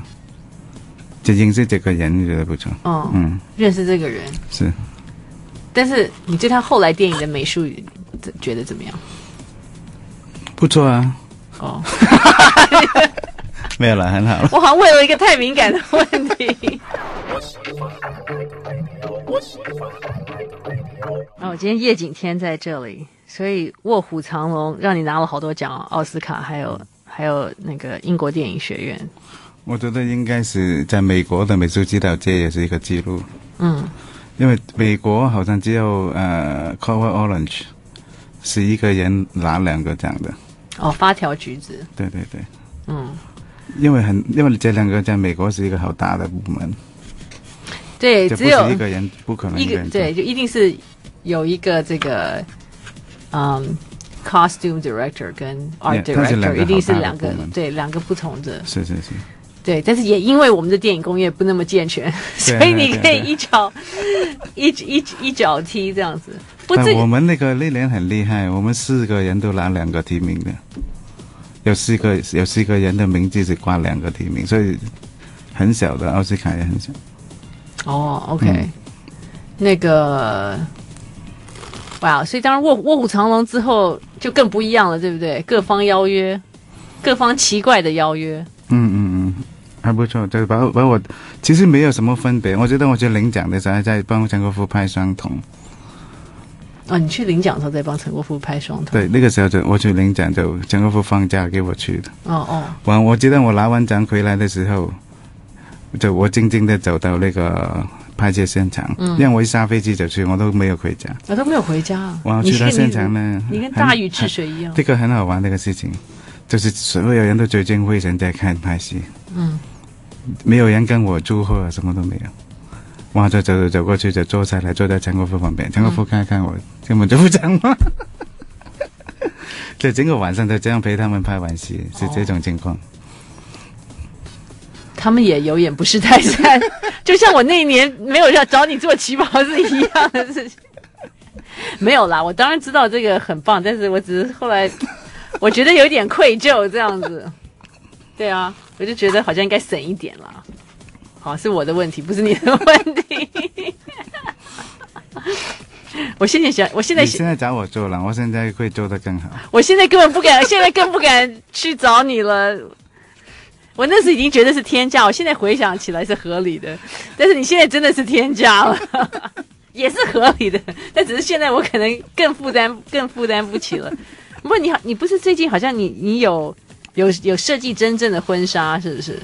C: 就认识这个人觉得不错，
B: 哦，
C: 嗯
B: 认识这个人，
C: 是。
B: 但是你对他后来电影的美术这觉得怎么样？
C: 不错啊，
B: 哦，
C: 没有了，很好了。
B: 我好像问了一个太敏感的问题。哦，今天叶景天在这里，所以《卧虎藏龙》让你拿了好多奖，奥斯卡，还有还有那个英国电影学院。
C: 我觉得应该是在美国的美术指导界也是一个记录，
B: 嗯，
C: 因为美国好像只有呃 Cover Orange 是一个人拿两个奖的，
B: 哦，发条橘子，
C: 对对对，
B: 嗯，
C: 因为很因为这两个在美国是一个好大的部门，
B: 对，
C: 这不
B: 只有
C: 是一个人不可能
B: 一
C: 一个
B: 个
C: 人做
B: 对，就一定是有一个这个，嗯，costume director 跟 art
C: Yeah，它是两
B: director
C: 个
B: 一定是
C: 好大的
B: 两个
C: 部门
B: 对两个不同的
C: 是是是，
B: 对，但是也因为我们的电影工业不那么健全， 所
C: 对
B: 以你
C: 对
B: 可以
C: 对
B: 一脚一一一脚踢这样子。不，
C: 但
B: 这
C: 我们那个那年很厉害，我们四个人都拿两个提名的，有四个有四个人的名字只挂两个提名，所以很小的奥斯卡也很小。
B: 哦，OK，、
C: 嗯
B: 那个，哇，所以当然卧卧虎藏龙之后就更不一样了，对不对？各方邀约，各方奇怪的邀约，
C: 嗯嗯嗯，还不错，就是把把我其实没有什么分别，我觉得我去领奖的时候在帮陈国富拍双瞳，
B: 哦，你去领奖的时候再帮陈国富拍双头，
C: 对，那个时候就我去领奖就陈国富放假给我去的，
B: 哦哦，
C: 完我记得我拿完奖回来的时候，就我静静的走到那个拍摄现场，因为我一下飞机就去，我都没有回家。
B: 我都没有回家啊，
C: 我要
B: 你
C: 去
B: 是
C: 到
B: 跟
C: 现场呢，
B: 你跟
C: 很
B: 大禹治水一样
C: 这，个很好玩的一个事情，就是所有人都聚精会神在看拍戏，
B: 嗯，
C: 没有人跟我祝贺，什么都没有。我就走走走过去，就坐下来，坐在陈国富旁边。陈国
B: 嗯
C: 富看一看我，根本就不讲话。 就整个晚上就这样陪他们拍完戏，是这种情况。
B: 哦他们也有眼不识泰 山，就像我那一年没有要找你做旗袍是一样的事情。没有啦，我当然知道这个很棒，但是我只是后来我觉得有点愧疚这样子。对啊，我就觉得好像应该省一点啦。好，是我的问题，不是你的问题。 我现在想，我现在
C: 你
B: 想
C: 现在找我做了，我现在会做得更好。
B: 我现在根本不敢，现在更不敢去找你了。我那时已经觉得是天价，我现在回想起来是合理的，但是你现在真的是天价了，也是合理的，但只是现在我可能更负担更负担不起了。不过你好，你不是最近好像你你有有有设计真正的婚纱是不是？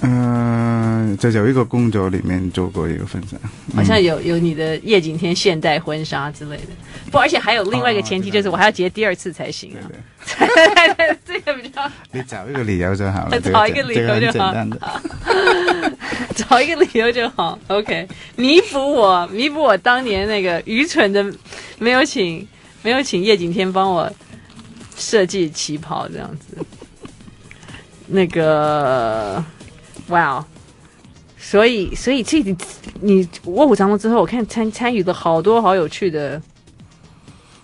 C: 嗯、就有一个工作里面做过一个分享，
B: 好像有有你的叶景天现代婚纱之类的，不，而且还有另外一个
C: 哦
B: 前提
C: 知道
B: 就是我还要结第二次才行啊
C: 对。对。
B: 这个比较
C: 你找一个理由就好 了，
B: 找一个理由
C: 这个很
B: 就
C: 简
B: 好
C: 单的。
B: 找一个理由就好。OK，弥补我，弥补我当年那个愚蠢的，没有请没有请叶景天帮我设计旗袍这样子。那个，哇、哦！所以所以这你你卧虎藏龙之后，我看参参与了好多好有趣的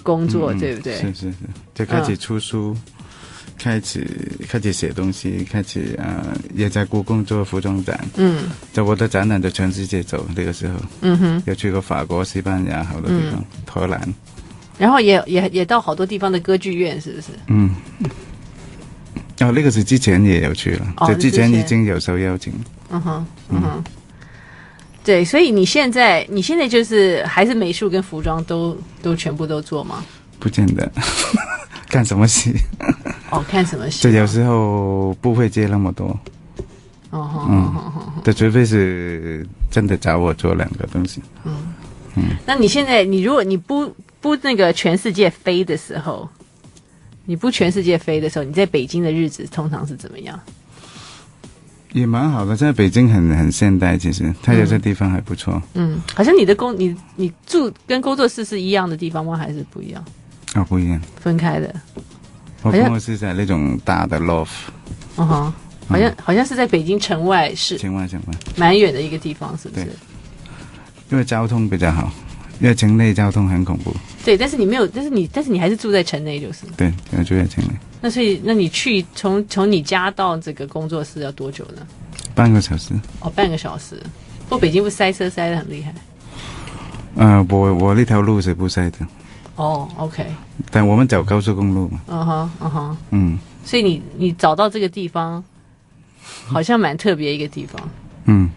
B: 工作，
C: 嗯
B: 对不嗯对？
C: 是是是，就开始出书，开始开始写东西，开始呃也在故宫做服装展。
B: 嗯
C: 在我的展览在全世界走，那个时候
B: 嗯哼，嗯
C: 有去过法国、西班牙好多地方，荷兰。
B: 然后也也也到好多地方的歌剧院，是不是？
C: 嗯，哦，那个是之前也有去了，
B: 哦
C: 就之前
B: 之前
C: 已经有受邀请。
B: 嗯哼，嗯哼，对，所以你现在你现在就是还是美术跟服装都都全部都做吗？
C: 不见得 干什么戏，
B: 哦，看什么戏
C: 就？有时候不会接那么多，
B: 哦哦哦哦
C: 就除非是真的找我做两个东西。
B: 哦，那你现在你如果你不不那个全世界飞的时候，你不全世界飞的时候，你在北京的日子通常是怎么样？
C: 也蛮好的，在北京很很现代，其实它有些地方还不错。
B: 嗯，好像你的工你你住跟工作室是一样的地方吗？还是不一样？
C: 啊、不一样，
B: 分开的？
C: 我
B: 好像
C: 工作室在那种大的 loft，
B: 嗯哼，好像好像是在北京城外，是
C: 千万千万，
B: 蛮远的一个地方，是不是
C: 对？因为交通比较好，因为城内交通很恐怖。
B: 对，但是你没有，但是你但是你还是住在城内就是了。
C: 对，我住在城内，
B: 那所以，那你去从从你家到这个工作室要多久呢？
C: 半个小时。
B: 哦，半个小时。不，北京不塞车塞得很厉害。
C: 呃，我我那条路是不塞的，
B: 哦，OK，
C: 但我们走高速公路嘛，
B: 嗯哼，嗯哼。
C: 嗯
B: 所以你你找到这个地方，好像蛮特别一个地方。
C: 嗯，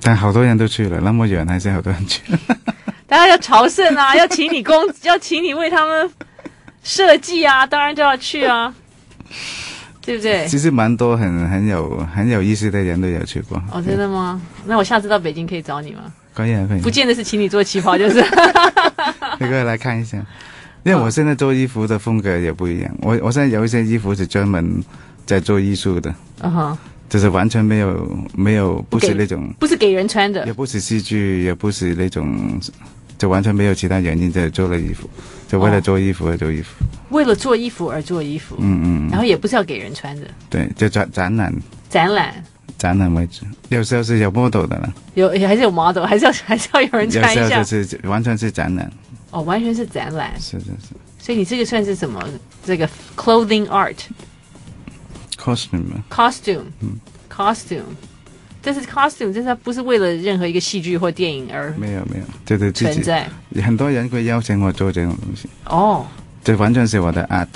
C: 但好多人都去了，那么远还是好多人去。
B: 当然要朝圣 啊，要请你工，要请你为他们设计啊，当然就要去啊。对不对？
C: 其实蛮多很很有很有意思的人都有去过。
B: 哦，真的吗？那我下次到北京可以找你吗？
C: 可以啊，可以。
B: 不见得是请你做旗袍，就是
C: 你过来看一下，因为我现在做衣服的风格也不一样。我我现在有一些衣服是专门在做艺术的，
B: 嗯哼，
C: 就是完全没有没有不是那种，
B: 不是给人穿的
C: 也，不是戏剧，也不是那种，就完全没有其他原因在做了衣服，就为了做衣服而做衣服。
B: 为了做衣服而做衣服，
C: 嗯嗯，
B: 然后也不是要给人穿的。
C: 对，就展展览
B: 展览
C: 展览为主，有时候是有 model 的了，
B: 有还是有 model，还是要还是要有人
C: 有
B: 穿
C: 时
B: 一
C: 候
B: 下
C: 就。是完全是展览，
B: 哦，完全是展览，
C: 是是是
B: 所以你这个算是什么？这个 clothing art
C: costume 啊
B: costume costume，但是 costume 但是它不是为了任何一个戏剧或电影而
C: 没有没有，就是自
B: 存
C: 己
B: 在。
C: 很多人会邀请我做这种东西，
B: 哦
C: 这完全是我的 art，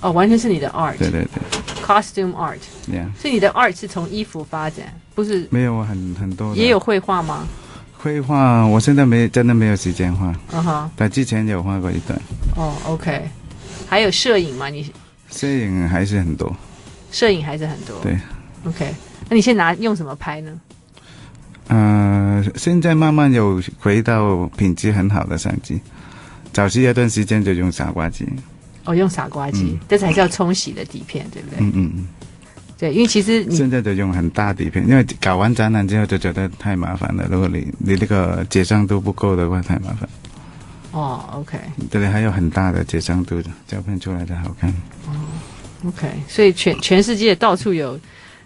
B: 哦，完全是你的 art
C: 对对对
B: costume art，
C: ，yeah，
B: 所以你的 art 是从衣服发展，不是
C: 没有很很多的
B: 也有绘画吗？
C: 绘画，我现在没真的没有时间画，
B: 嗯哼，
C: 但之前有画过一段，
B: 哦，OK，还有摄影吗？你
C: 摄影还是很多，
B: 摄影还是很多。
C: 对
B: ，OK，那你现在拿用什么拍呢？
C: 呃，现在慢慢有回到品质很好的相机，早期有段时间就用傻瓜机，
B: 哦，用傻瓜机，但是还是要冲洗的底片，对不对？
C: 嗯嗯嗯。
B: 对，因为其实你
C: 现在就用很大底片，因为搞完展览之后就觉得太麻烦了。如果你你那个解像度不够的话，太麻烦。
B: 哦，OK
C: 这里还有很大的解像度，照片出来才好看。
B: OK，所以全全世界到处有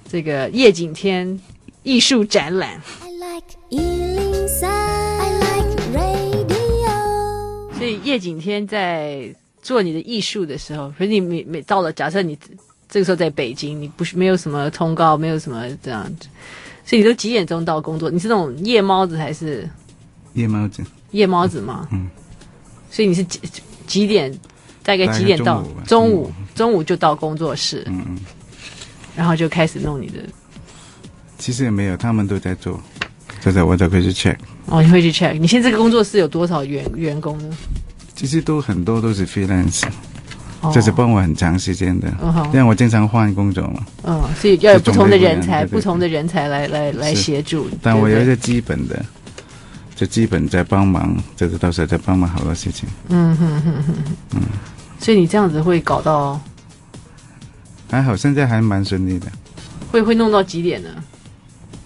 B: 这个夜景天艺术展览，
A: I like Ealing Sound. I like radio.
B: 所以夜景天在做你的艺术的时候，可是你每每到了，假设你这个时候在北京，你不是没有什么通告，没有什么这样子，所以你都几点钟到工作？你是那种夜猫子还是
C: 夜猫子
B: 夜猫子吗？
C: 嗯，
B: 所以你是几几几点？大概
C: 大概
B: 几点到
C: 中午吧？
B: 中
C: 中
B: 午
C: 午，
B: 中午就到工作室，
C: 嗯嗯，
B: 然后就开始弄你的。
C: 其实也没有，他们都在做，就是我就可以去 check。
B: 哦，你会去 check？你现在这个工作室有多少员员工呢？
C: 其实都很多都是 freelance，、
B: 哦
C: 就是帮我很长时间的，
B: 嗯哼
C: 因为我经常换工作嘛。
B: 嗯，所以要有不同的人才，
C: 这种类型对对对
B: 不同的人才来来来
C: 是
B: 协助。
C: 但我
B: 对
C: 有
B: 不
C: 一
B: 对
C: 些基本的，就基本在帮忙，就是到时候在帮忙好多事情。
B: 所以你这样子会搞到
C: 还好，现在还蛮顺利的，
B: 会会弄到几点呢？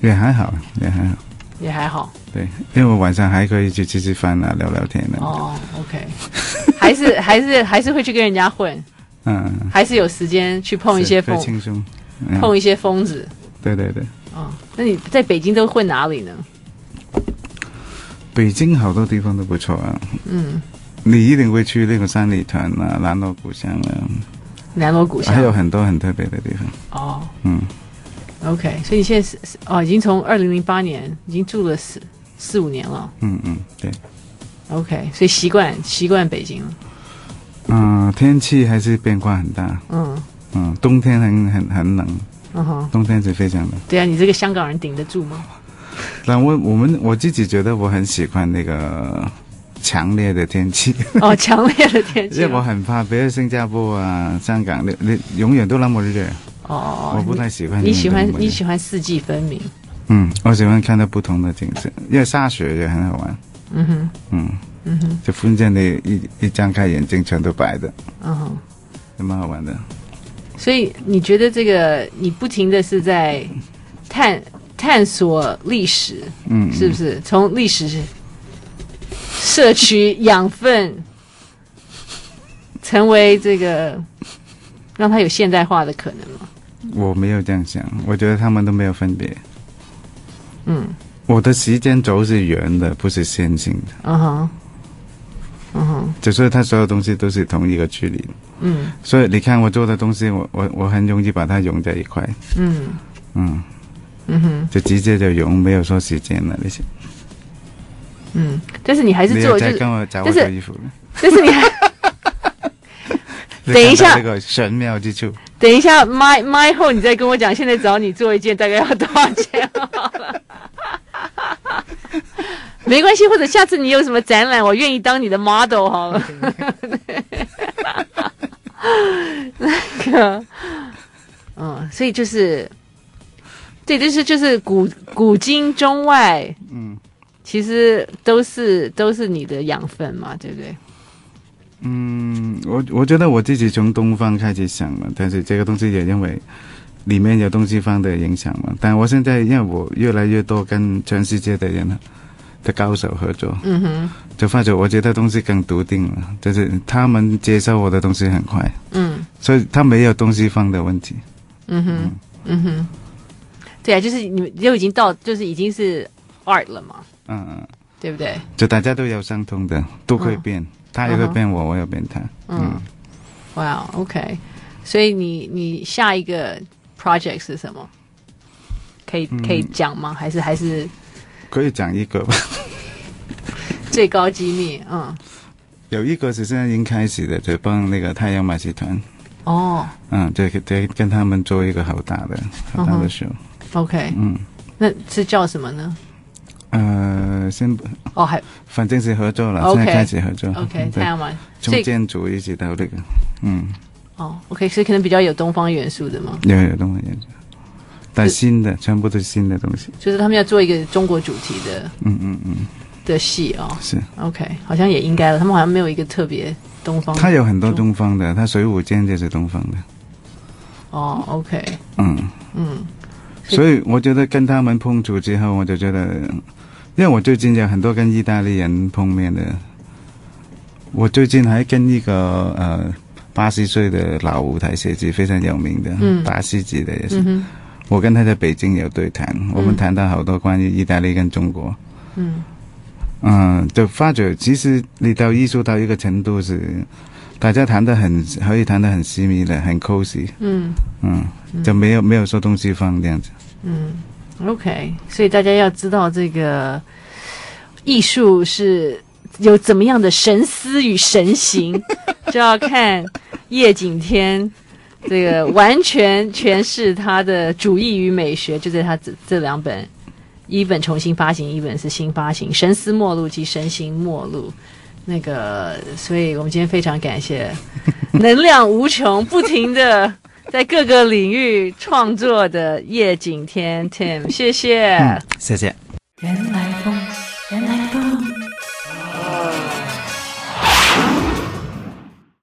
C: 也还好，也还好。
B: 也还好
C: 对，因为我晚上还可以去吃吃饭啊，聊聊天的、
B: 哦，OK，还 是还是还是会去跟人家混，
C: 嗯，
B: 还是有时间去碰一些
C: 是会
B: 疯
C: 轻松。
B: 碰
C: 嗯，
B: 一些疯子
C: 对对对，
B: 啊、那你在北京都混哪里呢？
C: 北京好多地方都不错啊。
B: 嗯，
C: 你一定会去那个三里屯啊、南锣鼓巷啊，
B: 南锣鼓巷
C: 还有很多很特别的地方。
B: 哦
C: 嗯，
B: ，OK，所以你现在是是哦，已经从二零零八年已经住了四四五年了
C: 嗯嗯，对。
B: ，OK，所以习惯习惯北京了，
C: 嗯、天气还是变化很大。
B: 嗯
C: 嗯，冬天很很很冷，
B: 嗯哼，
C: 冬天是非常冷。
B: 对啊，你这个香港人顶得住 吗？
C: 但我我们我自己觉得我很喜欢那个强烈的 天气，
B: 哦，强烈的天
C: 因
B: 气啊
C: 为
B: 了，
C: 我很怕，比如新加坡啊、香港，你你永远都那么热，
B: 哦，
C: 我不太
B: 你
C: 喜欢。
B: 你喜欢你喜欢四季分明，
C: 嗯，我喜欢看到不同的景色，因为下雪也很好玩。
B: 嗯哼，
C: 嗯
B: 嗯哼，
C: 就忽然间你一一张开眼睛全都白的，
B: 嗯哼，
C: 也蛮好玩的。
B: 所以你觉得这个你不停的是在探探索历史，
C: 嗯，
B: 是不是？从历史摄取养分，成为这个让它有现代化的可能吗？
C: 我没有这样想，我觉得他们都没有分别。
B: 嗯，
C: 我的时间轴是圆的，不是线性的，
B: 嗯哼，嗯哼，
C: 就所以它所有东西都是同一个距离。
B: 嗯
C: 所以你看我做的东西，我我我很容易把它融在一块，
B: 嗯
C: 嗯，
B: 嗯哼
C: 就直接就融，没有说时间了那些。
B: 嗯，但是你还是
C: 你
B: 做
C: 有
B: 就
C: 在
B: 是，
C: 跟我找我
B: 就是
C: 的衣服吗？
B: 但是你还
C: 你
B: 等一
C: 看到
B: 下
C: 这个玄妙之处，
B: 等一下麦麦后你再跟我讲，现在找你做一件大概要多少钱 好了？没关系，或者下次你有什么展览，我愿意当你的 model 好 了。那个，嗯，所以就是，对，就是就是古古今中外，
C: 嗯
B: 其实都是都是你的养分嘛，对不对？
C: 嗯，我我觉得我自己从东方开始想嘛，但是这个东西也因为里面有东西方的影响嘛。但我现在因为我越来越多跟全世界的人的高手合作，
B: 嗯哼，
C: 就发觉我觉得东西更笃定了，就是他们接受我的东西很快，
B: 嗯
C: 所以他没有东西方的问题。
B: 嗯哼嗯哼，对啊，就是你们就已经到，就是已经是 art 了嘛，
C: 嗯嗯，
B: 对不对？
C: 就大家都有相同的，都可以变，他也会变我，我也变他。
B: 嗯，哇、o k 所以你你下一个 project 是什么？可以
C: 嗯
B: 可以讲吗？还是还是
C: 可以讲一个吧。
B: 最高机密？嗯，
C: 有一个是现在已经开始的，就帮那个太阳马戏团，
B: 哦
C: 嗯，对对，跟他们做一个好大的好大
B: 嗯哼
C: 的 show，、
B: ，OK，
C: 嗯，
B: 那是叫什么呢？
C: 呃，先不
B: 哦，还
C: 反正是合作了
B: OK
C: 现在开始合作嗯
B: OK，太
C: 对，
B: 阳马
C: 从
B: 这
C: 建筑一直到这个，嗯，
B: 哦，OK，所以可能比较有东方元素的嘛，
C: 有有东西有，但
B: 是
C: 新的全部都是新的东西，
B: 就是他们要做一个中国主题的
C: 嗯嗯嗯，
B: 的戏哦。
C: 是，
B: OK，好像也应该了，他们好像没有一个特别东方。
C: 它有很多东方的，它水舞间就是东方的，
B: 哦，OK，
C: 嗯。
B: 嗯
C: 所以我觉得跟他们碰触之后，我就觉得，因为我最近有很多跟意大利人碰面的，我最近还跟一个呃八十岁的老舞台设计非常有名的，
B: 嗯
C: 巴西籍的也是，
B: 嗯哼
C: 我跟他在北京有对谈，我们谈到好多关于意大利跟中国，
B: 嗯
C: 嗯，就发觉其实你到艺术到一个程度是，大家谈得很可以谈得很私密的，很 cosy，
B: 嗯
C: 嗯，就没有没有说东西方这样子，
B: 嗯，OK，所以大家要知道这个艺术是有怎么样的神思与神形， 就要看叶景天。这个完全诠释他的主义与美学，就在他这这两本，一本重新发行，一本是新发行，《神思末路》及《神行末路》。那个，所以我们今天非常感谢能量无穷、不停的 在各个领域创作的叶景天 Tim，谢谢。
C: 谢谢。
A: 原来风，原来风。